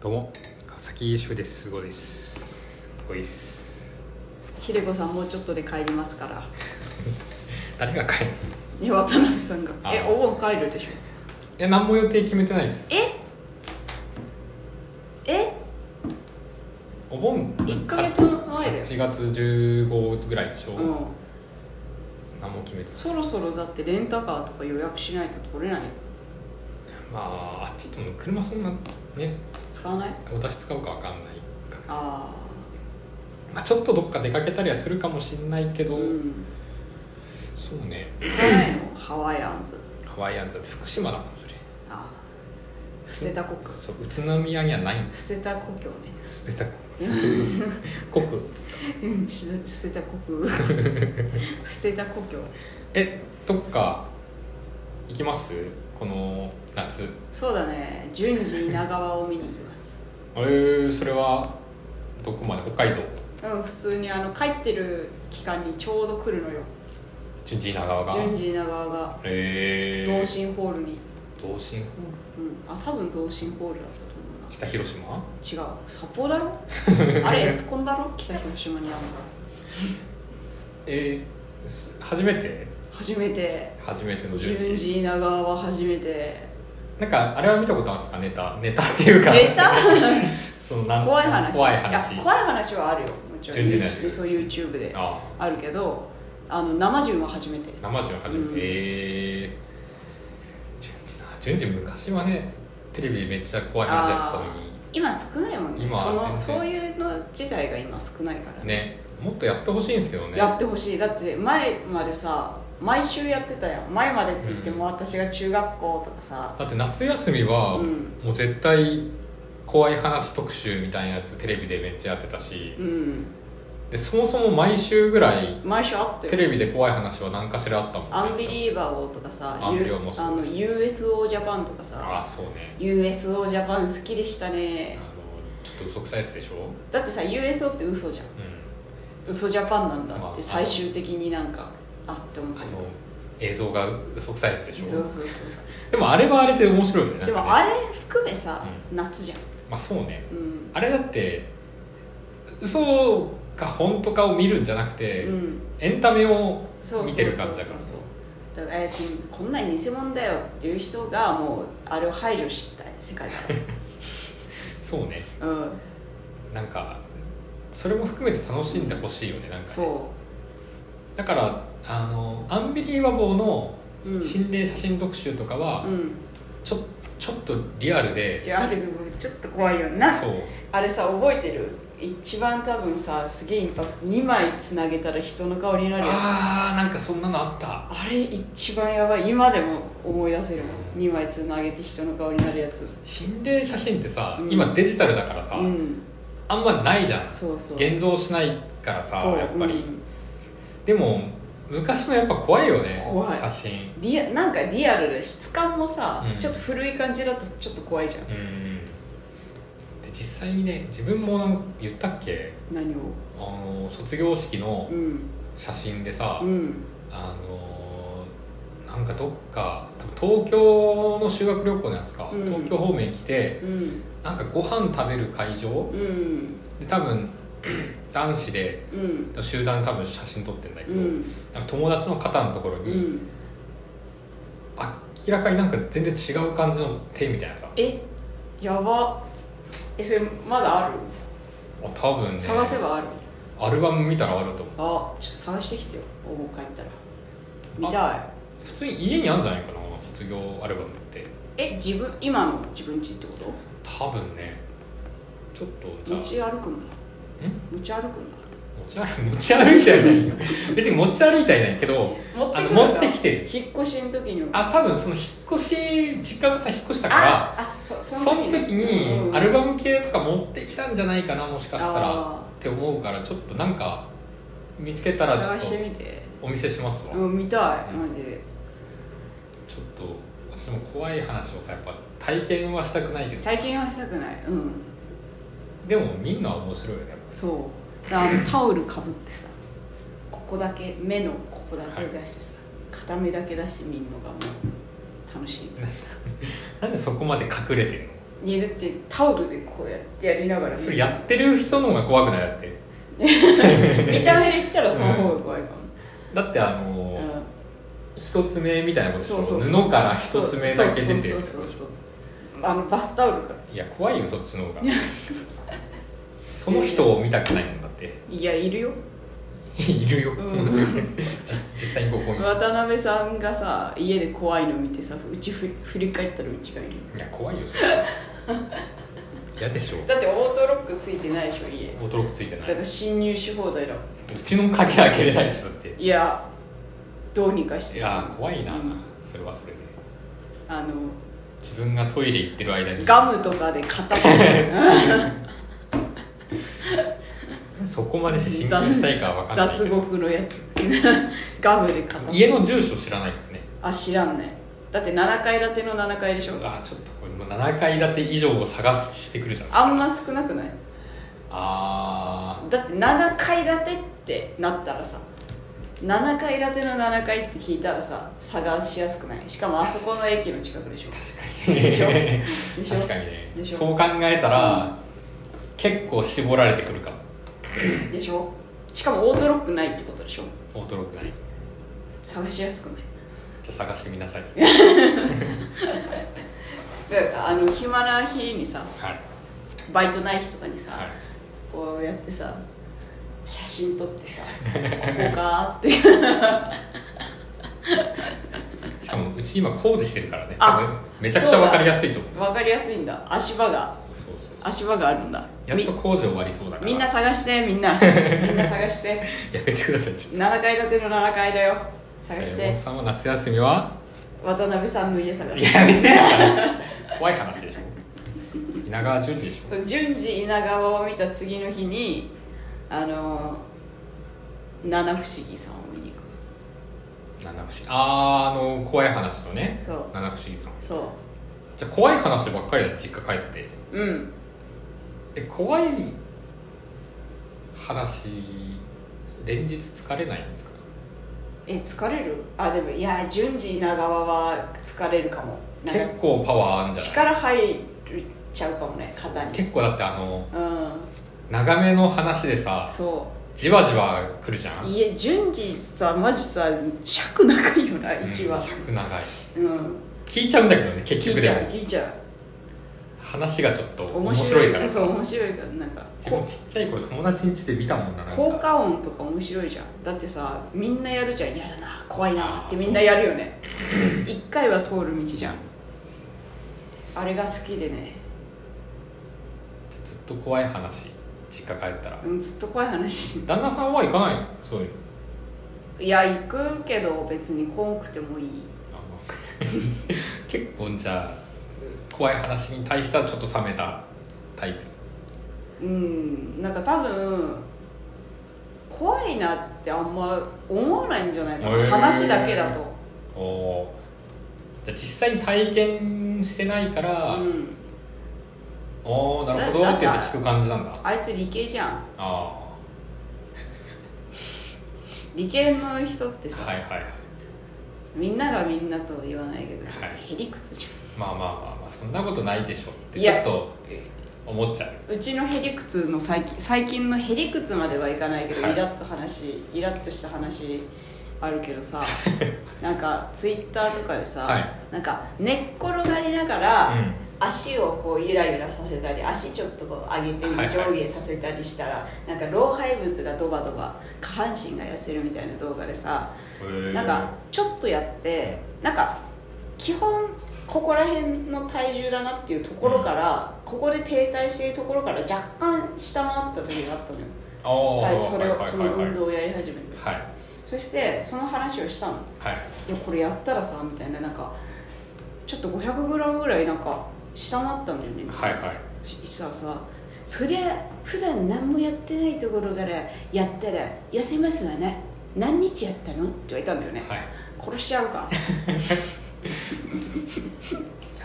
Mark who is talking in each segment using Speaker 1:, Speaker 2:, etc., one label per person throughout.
Speaker 1: どうも川崎修ですごですごいっす
Speaker 2: 秀子さんもうちょっとで帰りますから
Speaker 1: 誰が帰る
Speaker 2: いや渡辺さんが
Speaker 1: あ
Speaker 2: えお盆帰るでしょ
Speaker 1: え何も予定決めてないです
Speaker 2: ええ
Speaker 1: お盆
Speaker 2: 一1か月前だよ
Speaker 1: 8月15ぐらいでしょ、
Speaker 2: うん
Speaker 1: 何も決めてない
Speaker 2: そろそろだってレンタカーとか予約しないと取れないよ
Speaker 1: まああっち行っても車そんなね
Speaker 2: 使わない
Speaker 1: 私使うかわかんないから
Speaker 2: あ
Speaker 1: まあ、ちょっとどっか出かけたりはするかもしんないけ
Speaker 2: あ
Speaker 1: ど、
Speaker 2: うん
Speaker 1: そうね
Speaker 2: 行かないのハワイアンズ
Speaker 1: ハワイアンズだって福島だもんそれ
Speaker 2: ああ捨てた国
Speaker 1: そう宇都宮にはないんです
Speaker 2: 捨てた故郷ね
Speaker 1: 捨て た国国っつった
Speaker 2: うん捨て捨て た国捨てた故郷
Speaker 1: えどっか行きますこの夏
Speaker 2: そうだね順次稲川を見に行きます
Speaker 1: えー、それはどこまで北海道
Speaker 2: うん普通にあの帰ってる期間にちょうど来るのよ
Speaker 1: 順次長川が
Speaker 2: 順次稲川が
Speaker 1: えー、
Speaker 2: 同心ホールに、
Speaker 1: 同心
Speaker 2: うん、あ多分同心ホールだったと思うな
Speaker 1: 北広島
Speaker 2: 違う札幌だろ あれエスコンだろ北広島にあるのが
Speaker 1: えーす、初めて
Speaker 2: 初めて
Speaker 1: 初めての順
Speaker 2: 順
Speaker 1: 次
Speaker 2: 次稲川は初めて
Speaker 1: なんかあれは見たことあるんですかネタネタっていうか
Speaker 2: ネタ
Speaker 1: そのなん
Speaker 2: 怖い話
Speaker 1: 怖い話
Speaker 2: や怖い話はあるよもちろん
Speaker 1: 順次のやつ
Speaker 2: そう YouTube で
Speaker 1: あ
Speaker 2: あるけどあの生順は初めて
Speaker 1: あ生順初めて、
Speaker 2: うん
Speaker 1: えー、順次な順次昔はねテレビでめっちゃ怖い話やってたのに
Speaker 2: 今少ないもんね
Speaker 1: 今
Speaker 2: そ
Speaker 1: 全然
Speaker 2: のそういうの自体が今少ないから
Speaker 1: ねもっとやってほしいんですけどね
Speaker 2: やってほしいだって前までさ毎週やってたやん前までって言っても私が中学校とかさ
Speaker 1: だって夏休みは、
Speaker 2: うん
Speaker 1: もう絶対怖い話特集みたいなやつテレビでめっちゃやってたし
Speaker 2: うん
Speaker 1: でそもそも毎週ぐらい
Speaker 2: 毎週あったよ
Speaker 1: テレビで怖い話は何かしらあったもんね
Speaker 2: アンビリーバボーとかさ
Speaker 1: アンビリーバボーも
Speaker 2: ゆ
Speaker 1: そうだし
Speaker 2: USO ジャパンとかさ
Speaker 1: ああそうね
Speaker 2: USO ジャパン好きでした
Speaker 1: あ
Speaker 2: ね
Speaker 1: のちょっと嘘くさいやつでしょ、
Speaker 2: だってさ USO って嘘じゃん
Speaker 1: うん、
Speaker 2: 嘘ジャパンなんだ
Speaker 1: まあ
Speaker 2: っ
Speaker 1: あの
Speaker 2: て最終的になんかあって思っ
Speaker 1: あ
Speaker 2: たよ
Speaker 1: の映像が嘘くさいやつでし
Speaker 2: そう
Speaker 1: ょ
Speaker 2: そうそう
Speaker 1: でもあれはあれで面白いよね
Speaker 2: で
Speaker 1: なん
Speaker 2: も
Speaker 1: かね
Speaker 2: あれ含めさ、夏じゃん
Speaker 1: まあそうね
Speaker 2: うん
Speaker 1: あれだって嘘か本当かを見るんじゃなくて、
Speaker 2: うん
Speaker 1: エンタメを
Speaker 2: そう
Speaker 1: 見てる感じだから
Speaker 2: そうそうそうだからえーこんこんなん偽物だよっていう人がもうあれを排除したい世界か
Speaker 1: そうね
Speaker 2: らうん
Speaker 1: なんかそれも含めて楽しんでほしいよねなんかね
Speaker 2: そ
Speaker 1: だからあのアンビリーバボーの
Speaker 2: ううん
Speaker 1: 心霊写真特集とかは、
Speaker 2: うん
Speaker 1: ちょちょっとリアル
Speaker 2: い
Speaker 1: で
Speaker 2: やあれちょっと怖いよな
Speaker 1: そう
Speaker 2: あれさ覚えてる一番多分さすげえインパクト2枚つなげたら人の顔になるやつ
Speaker 1: あ
Speaker 2: あ
Speaker 1: ーなんかそんなのあった
Speaker 2: れ一番やばい今でも思い出せるも
Speaker 1: うん
Speaker 2: ん2枚つなげて人の顔になるやつ
Speaker 1: 心霊写真ってさ、
Speaker 2: うん
Speaker 1: 今デジタルだからさ、
Speaker 2: うん
Speaker 1: あんまないじゃん
Speaker 2: そうそう
Speaker 1: 現像しないからさ
Speaker 2: そう
Speaker 1: やっぱり、
Speaker 2: うん
Speaker 1: でも昔のやっぱ怖いよね
Speaker 2: 怖い
Speaker 1: 写真
Speaker 2: リアなんかリアルで質感もさ、
Speaker 1: うん
Speaker 2: ちょっと古い感じだとちょっと怖いじゃん
Speaker 1: うんで実際にね自分もなんか言ったっけ
Speaker 2: 何を
Speaker 1: あの卒業式の
Speaker 2: うん
Speaker 1: 写真でさ、
Speaker 2: うん
Speaker 1: あのーなんかどっか多分東京の修学旅行のやつか、
Speaker 2: うん
Speaker 1: 東京方面来て
Speaker 2: うん
Speaker 1: なんかご飯食べる会場
Speaker 2: うん
Speaker 1: で多分 男子で
Speaker 2: うん
Speaker 1: 集団で多分写真撮ってんだけ
Speaker 2: う
Speaker 1: ど、
Speaker 2: ん
Speaker 1: なんか友達の肩のところ
Speaker 2: う
Speaker 1: に、
Speaker 2: ん
Speaker 1: 明らかになんか全然違う感じの手みたいなさ
Speaker 2: えやばえそれまだある
Speaker 1: あ多分ね
Speaker 2: 探せばある
Speaker 1: アルバム見たらあると思う
Speaker 2: あちょっと探してきてよお盆帰ったら見た
Speaker 1: 普通に家にあるんじゃないかな卒業アルバムって
Speaker 2: いえ自分今の自分家ってこと
Speaker 1: 多分ねちょっとじ
Speaker 2: 道
Speaker 1: ゃあ
Speaker 2: 歩くんだ
Speaker 1: ん
Speaker 2: 道歩くんだ
Speaker 1: 持ち歩い持ち歩いてはいないよ別に持ち歩いてはいないけど
Speaker 2: 持って
Speaker 1: あ
Speaker 2: く
Speaker 1: の
Speaker 2: る
Speaker 1: 持
Speaker 2: んだ
Speaker 1: ってきてる
Speaker 2: 引っ越しの時に
Speaker 1: あ多分その引っ越し実家がさ引っ越したから
Speaker 2: ああそ
Speaker 1: そ
Speaker 2: そ
Speaker 1: の
Speaker 2: の時
Speaker 1: 時にアルバム系とか持ってきたんじゃないかなもしかしたらっ
Speaker 2: あ
Speaker 1: て思うからちょっとなんか見つけた
Speaker 2: ー
Speaker 1: らちょっ
Speaker 2: 探
Speaker 1: と
Speaker 2: してみて
Speaker 1: お見せしますわ、
Speaker 2: うん見たいマジで
Speaker 1: ちょっと私も怖い話をさやっぱ体験はしたくないけど
Speaker 2: 体験はしたくないうん
Speaker 1: でも見んのは面白いよね
Speaker 2: そう あのタオルかぶってさここだけ目のここだけ出してさ、片目だけ出して見るのがもう楽しい
Speaker 1: なんでそこまで隠れてるの
Speaker 2: 家出ってタオルでこうやってやりながら、ね、
Speaker 1: それやってる人の方が怖くないだって
Speaker 2: 見た目で言ったらその方が怖いかも、
Speaker 1: だってあの
Speaker 2: うん
Speaker 1: 一つ目みたいなことでしょ
Speaker 2: そうそうそう
Speaker 1: 布から一つ目だけ出てる
Speaker 2: そうそうそうそうあのバスタオルから
Speaker 1: いや怖いよそっちの方がその人を見たくないもんだって
Speaker 2: いやいるよ
Speaker 1: いるよ、
Speaker 2: ん
Speaker 1: じ実際にここに
Speaker 2: 渡辺さんがさ家で怖いの見てさうちふ振り返ったらうちがいるよ
Speaker 1: いや怖いよそれ嫌でし ょ
Speaker 2: だってオートロックついてないでしょ家
Speaker 1: オートロックついてな
Speaker 2: だ
Speaker 1: い
Speaker 2: から侵入し放題だもん
Speaker 1: うちの鍵開けれないでしょだって
Speaker 2: いやどうにかして
Speaker 1: いやー怖いな、
Speaker 2: うん
Speaker 1: それはそれで
Speaker 2: あの
Speaker 1: 自分がトイレ行ってる間に
Speaker 2: ガムとかで固 め
Speaker 1: そこまでして侵入したいかは分かんない
Speaker 2: 脱
Speaker 1: けど
Speaker 2: 獄のやつ ガムで固め
Speaker 1: 家の住所知らないからね
Speaker 2: あ知らんねだって7階建ての7階でしょ
Speaker 1: あーちょっとこれもう7階建て以上を探すしてくるじゃん
Speaker 2: あんま少なくない
Speaker 1: あ
Speaker 2: だって7階建てってなったらさ7階建ての7階って聞いたらさ探しやすくないしかもあそこの駅の近くでしょでしょ
Speaker 1: ー
Speaker 2: でしょ
Speaker 1: 確かにね
Speaker 2: でしょ
Speaker 1: そう考えたら、結構絞られてくるかも
Speaker 2: でしょしかもオートロックないってことでしょ
Speaker 1: オートロックない
Speaker 2: 探しやすくない
Speaker 1: じゃあ探してみなさい
Speaker 2: だからあの暇な日にさ
Speaker 1: はい
Speaker 2: バイトない日とかにさ、
Speaker 1: はい
Speaker 2: こうやってさ写真撮ってさここかーって
Speaker 1: しかもうち今工事してるからね
Speaker 2: あ
Speaker 1: 多分めちゃくちゃ分かりやすいと思う
Speaker 2: 分かりやすいんだ足場が
Speaker 1: そうそう
Speaker 2: 足場があるんだ
Speaker 1: やっと工事終わりそうだから
Speaker 2: みみんな探してみん なみんな探して
Speaker 1: やめてくださいちょっ
Speaker 2: 7階建ての7階だよ
Speaker 1: と
Speaker 2: 探し
Speaker 1: 山本
Speaker 2: て
Speaker 1: さんは夏休みは
Speaker 2: 渡辺さんの家探して
Speaker 1: やめてよ怖い話でしょ稲川淳二でしょ
Speaker 2: 順次稲川を見た次の日にあの七不思議さんを見に行く
Speaker 1: 七不思議あーあの怖い話とね
Speaker 2: そう
Speaker 1: 七不思議さん
Speaker 2: そ
Speaker 1: じゃあ怖い話ばっかりだ実家帰って
Speaker 2: ううん
Speaker 1: え怖い話連日疲れないんですか
Speaker 2: え疲れるあでもいや順次稲川は疲れるかもなん
Speaker 1: 結
Speaker 2: か
Speaker 1: 構パワーあるんじゃない
Speaker 2: 力入っちゃうかもね肩に
Speaker 1: 結構だってあの
Speaker 2: うん
Speaker 1: 長めの話でさ
Speaker 2: そ
Speaker 1: じわじわ来るじゃ
Speaker 2: うんいえ順次さマジさ尺長いよな
Speaker 1: うん
Speaker 2: 一話
Speaker 1: 尺長い
Speaker 2: うん
Speaker 1: 聞いちゃうんだけどね結
Speaker 2: 聞
Speaker 1: 局
Speaker 2: い
Speaker 1: で
Speaker 2: ち
Speaker 1: も
Speaker 2: ゃう聞いちゃ
Speaker 1: 話がちょっと
Speaker 2: う
Speaker 1: 面白いから
Speaker 2: そう面白いからなんか
Speaker 1: 自分ちっちゃい頃友達ん家で見たもんななんか
Speaker 2: 効果音とか面白いじゃんだってさみんなやるじゃん嫌だな怖いなってみんなやるよね一回は通る道じゃんあれが好きでね、
Speaker 1: ずっと怖い話実家帰ったら、
Speaker 2: うん、ずっと怖い話
Speaker 1: 旦那さんは行かないのそういうの
Speaker 2: いや行くけど別に来んくてもいい
Speaker 1: あの 結構じゃあ怖い話に対してはちょっと冷めたタイプ
Speaker 2: うんなんか多分怖いなってあんま思わないんじゃないか
Speaker 1: へ
Speaker 2: な
Speaker 1: ー
Speaker 2: 話だけだと
Speaker 1: おーじゃあ実際に体験してないから、
Speaker 2: うん
Speaker 1: おおなるほど
Speaker 2: だ
Speaker 1: って言って聞く感じなんだ
Speaker 2: あいつ理系じゃん
Speaker 1: あ
Speaker 2: 理系の人って
Speaker 1: あ
Speaker 2: さ、
Speaker 1: はいはいはい
Speaker 2: みんながみんなとは言わないけどちょっ
Speaker 1: は
Speaker 2: と
Speaker 1: い
Speaker 2: へりくつじゃん
Speaker 1: まあまあまあまあそんなことないでしょって
Speaker 2: い
Speaker 1: ちょ
Speaker 2: や
Speaker 1: っと思っちゃう
Speaker 2: うちのへりくつの最近最近のへりくつまではいかないけど、
Speaker 1: はい
Speaker 2: イラッと話イラッとした話あるけど さなんかツイッターとかでさ、
Speaker 1: はい
Speaker 2: なんか寝っ転がりながら、
Speaker 1: うん
Speaker 2: 足をこうゆらゆらさせたり足ちょっとこう上げて
Speaker 1: はいはい
Speaker 2: 上下させたりしたら、なんか老廃物がドバドバ下半身が痩せるみたいな動画でさ
Speaker 1: へー
Speaker 2: なんかちょっとやってなんか基本ここら辺の体重だなっていうところから、ここで停滞しているところから若干下回った時があったのよ
Speaker 1: おー
Speaker 2: はいそ
Speaker 1: は
Speaker 2: れ
Speaker 1: い
Speaker 2: を
Speaker 1: はい
Speaker 2: そ
Speaker 1: はい
Speaker 2: の
Speaker 1: はい
Speaker 2: 運動をやり始めて
Speaker 1: はい
Speaker 2: そしてその話をしたの
Speaker 1: はい
Speaker 2: いやこれやったらさみたいななんかちょっと 500g ぐらいなんか下回ったんだよねみた
Speaker 1: はいい
Speaker 2: な
Speaker 1: はい
Speaker 2: ししたらさそりゃ普段何もやってないところからやったら痩せますわね何日やったのって言われたんだよね
Speaker 1: はい
Speaker 2: 殺しちゃうか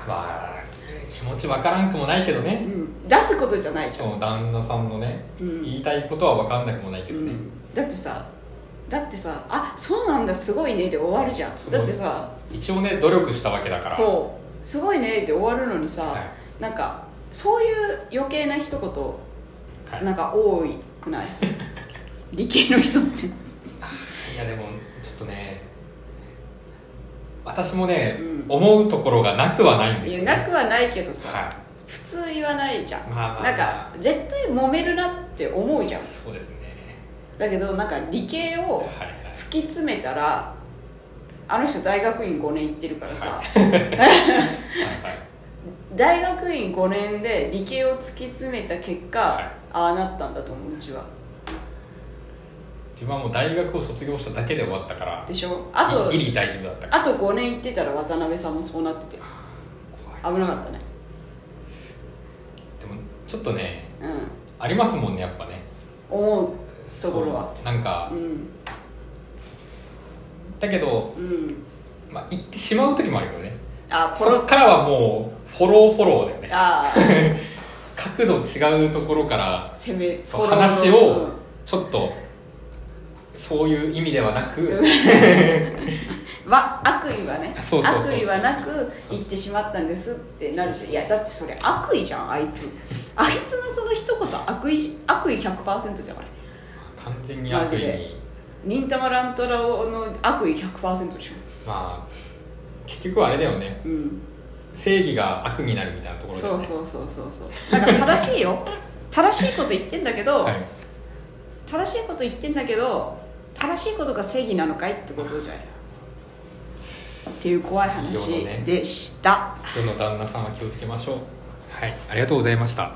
Speaker 1: まあ気持ちわからんくもないけど
Speaker 2: ら、う
Speaker 1: ね
Speaker 2: ん、出すことじゃないじゃん、
Speaker 1: そう旦那さんのね、
Speaker 2: うん
Speaker 1: 言いたいことはわかんなくもないけ
Speaker 2: う
Speaker 1: どね、
Speaker 2: ん、だってさだってさ「あそうなんだすごいね」で終わるじゃん
Speaker 1: そう
Speaker 2: だってさ
Speaker 1: 一応ね努力したわけだから
Speaker 2: そう「すごいね」で終わるのにさ、
Speaker 1: はい
Speaker 2: なんかそういう余計な一言
Speaker 1: はい
Speaker 2: なんか多 くない理系の人って
Speaker 1: いやでもちょっとね私もね、
Speaker 2: うん
Speaker 1: 思うところがなくはないんで
Speaker 2: い
Speaker 1: す
Speaker 2: や
Speaker 1: よ、ね、
Speaker 2: なくはないけどさ、
Speaker 1: は
Speaker 2: 普通言わないじゃん、
Speaker 1: まあまあまあ
Speaker 2: なんか絶対揉めるなって思うじゃん
Speaker 1: いそうですね
Speaker 2: だけどなんか理系を
Speaker 1: はいはい
Speaker 2: 突き詰めたらあの人大学院5年行ってるからさ、
Speaker 1: はいはい
Speaker 2: 大学院5年で理系を突き詰めた結果、
Speaker 1: はい
Speaker 2: ああなったんだと思ううちは
Speaker 1: 自分はもう大学を卒業しただけで終わったから
Speaker 2: でしょあと
Speaker 1: ギリ大丈夫だったから
Speaker 2: あと5年行ってたら渡辺さんもそうなってて
Speaker 1: 怖い
Speaker 2: 危なかったね
Speaker 1: でもちょっとね
Speaker 2: うん
Speaker 1: ありますもんねやっぱね
Speaker 2: 思う
Speaker 1: そう
Speaker 2: ところは
Speaker 1: なんか
Speaker 2: うん
Speaker 1: だけど、
Speaker 2: うん
Speaker 1: まあ、行ってしまう時もあるよね
Speaker 2: あポ
Speaker 1: そ
Speaker 2: ロ
Speaker 1: っからはもうフォローフォローだよね
Speaker 2: あー
Speaker 1: 角度違うところから
Speaker 2: 攻め
Speaker 1: そう話をちょっとそういう意味ではなく、
Speaker 2: うんま悪意はね
Speaker 1: そうそうそうそう
Speaker 2: 悪意はなく
Speaker 1: そう
Speaker 2: 言ってしまったんですってなる
Speaker 1: そうそう
Speaker 2: じゃ
Speaker 1: そう
Speaker 2: んいやだってそれ悪意じゃんあいつあいつのその一言悪意悪意100%じゃんこれ
Speaker 1: 完全に悪意
Speaker 2: マジで
Speaker 1: に
Speaker 2: 忍たま乱太郎の悪意100%でし
Speaker 1: まあ結局はあれだよね
Speaker 2: ょうん
Speaker 1: 正義が悪になるみたいなところだ
Speaker 2: そ
Speaker 1: よ
Speaker 2: う
Speaker 1: ね
Speaker 2: そうそうそうそうなんか正しいよ正しいこと言ってんだけど、
Speaker 1: はい
Speaker 2: 正しいこと言ってんだけど正しいことが正義なのかいってことじゃんっていう怖い
Speaker 1: いいよ
Speaker 2: 話
Speaker 1: ね
Speaker 2: でした、
Speaker 1: 世の旦那さんは気をつけましょうはいありがとうございました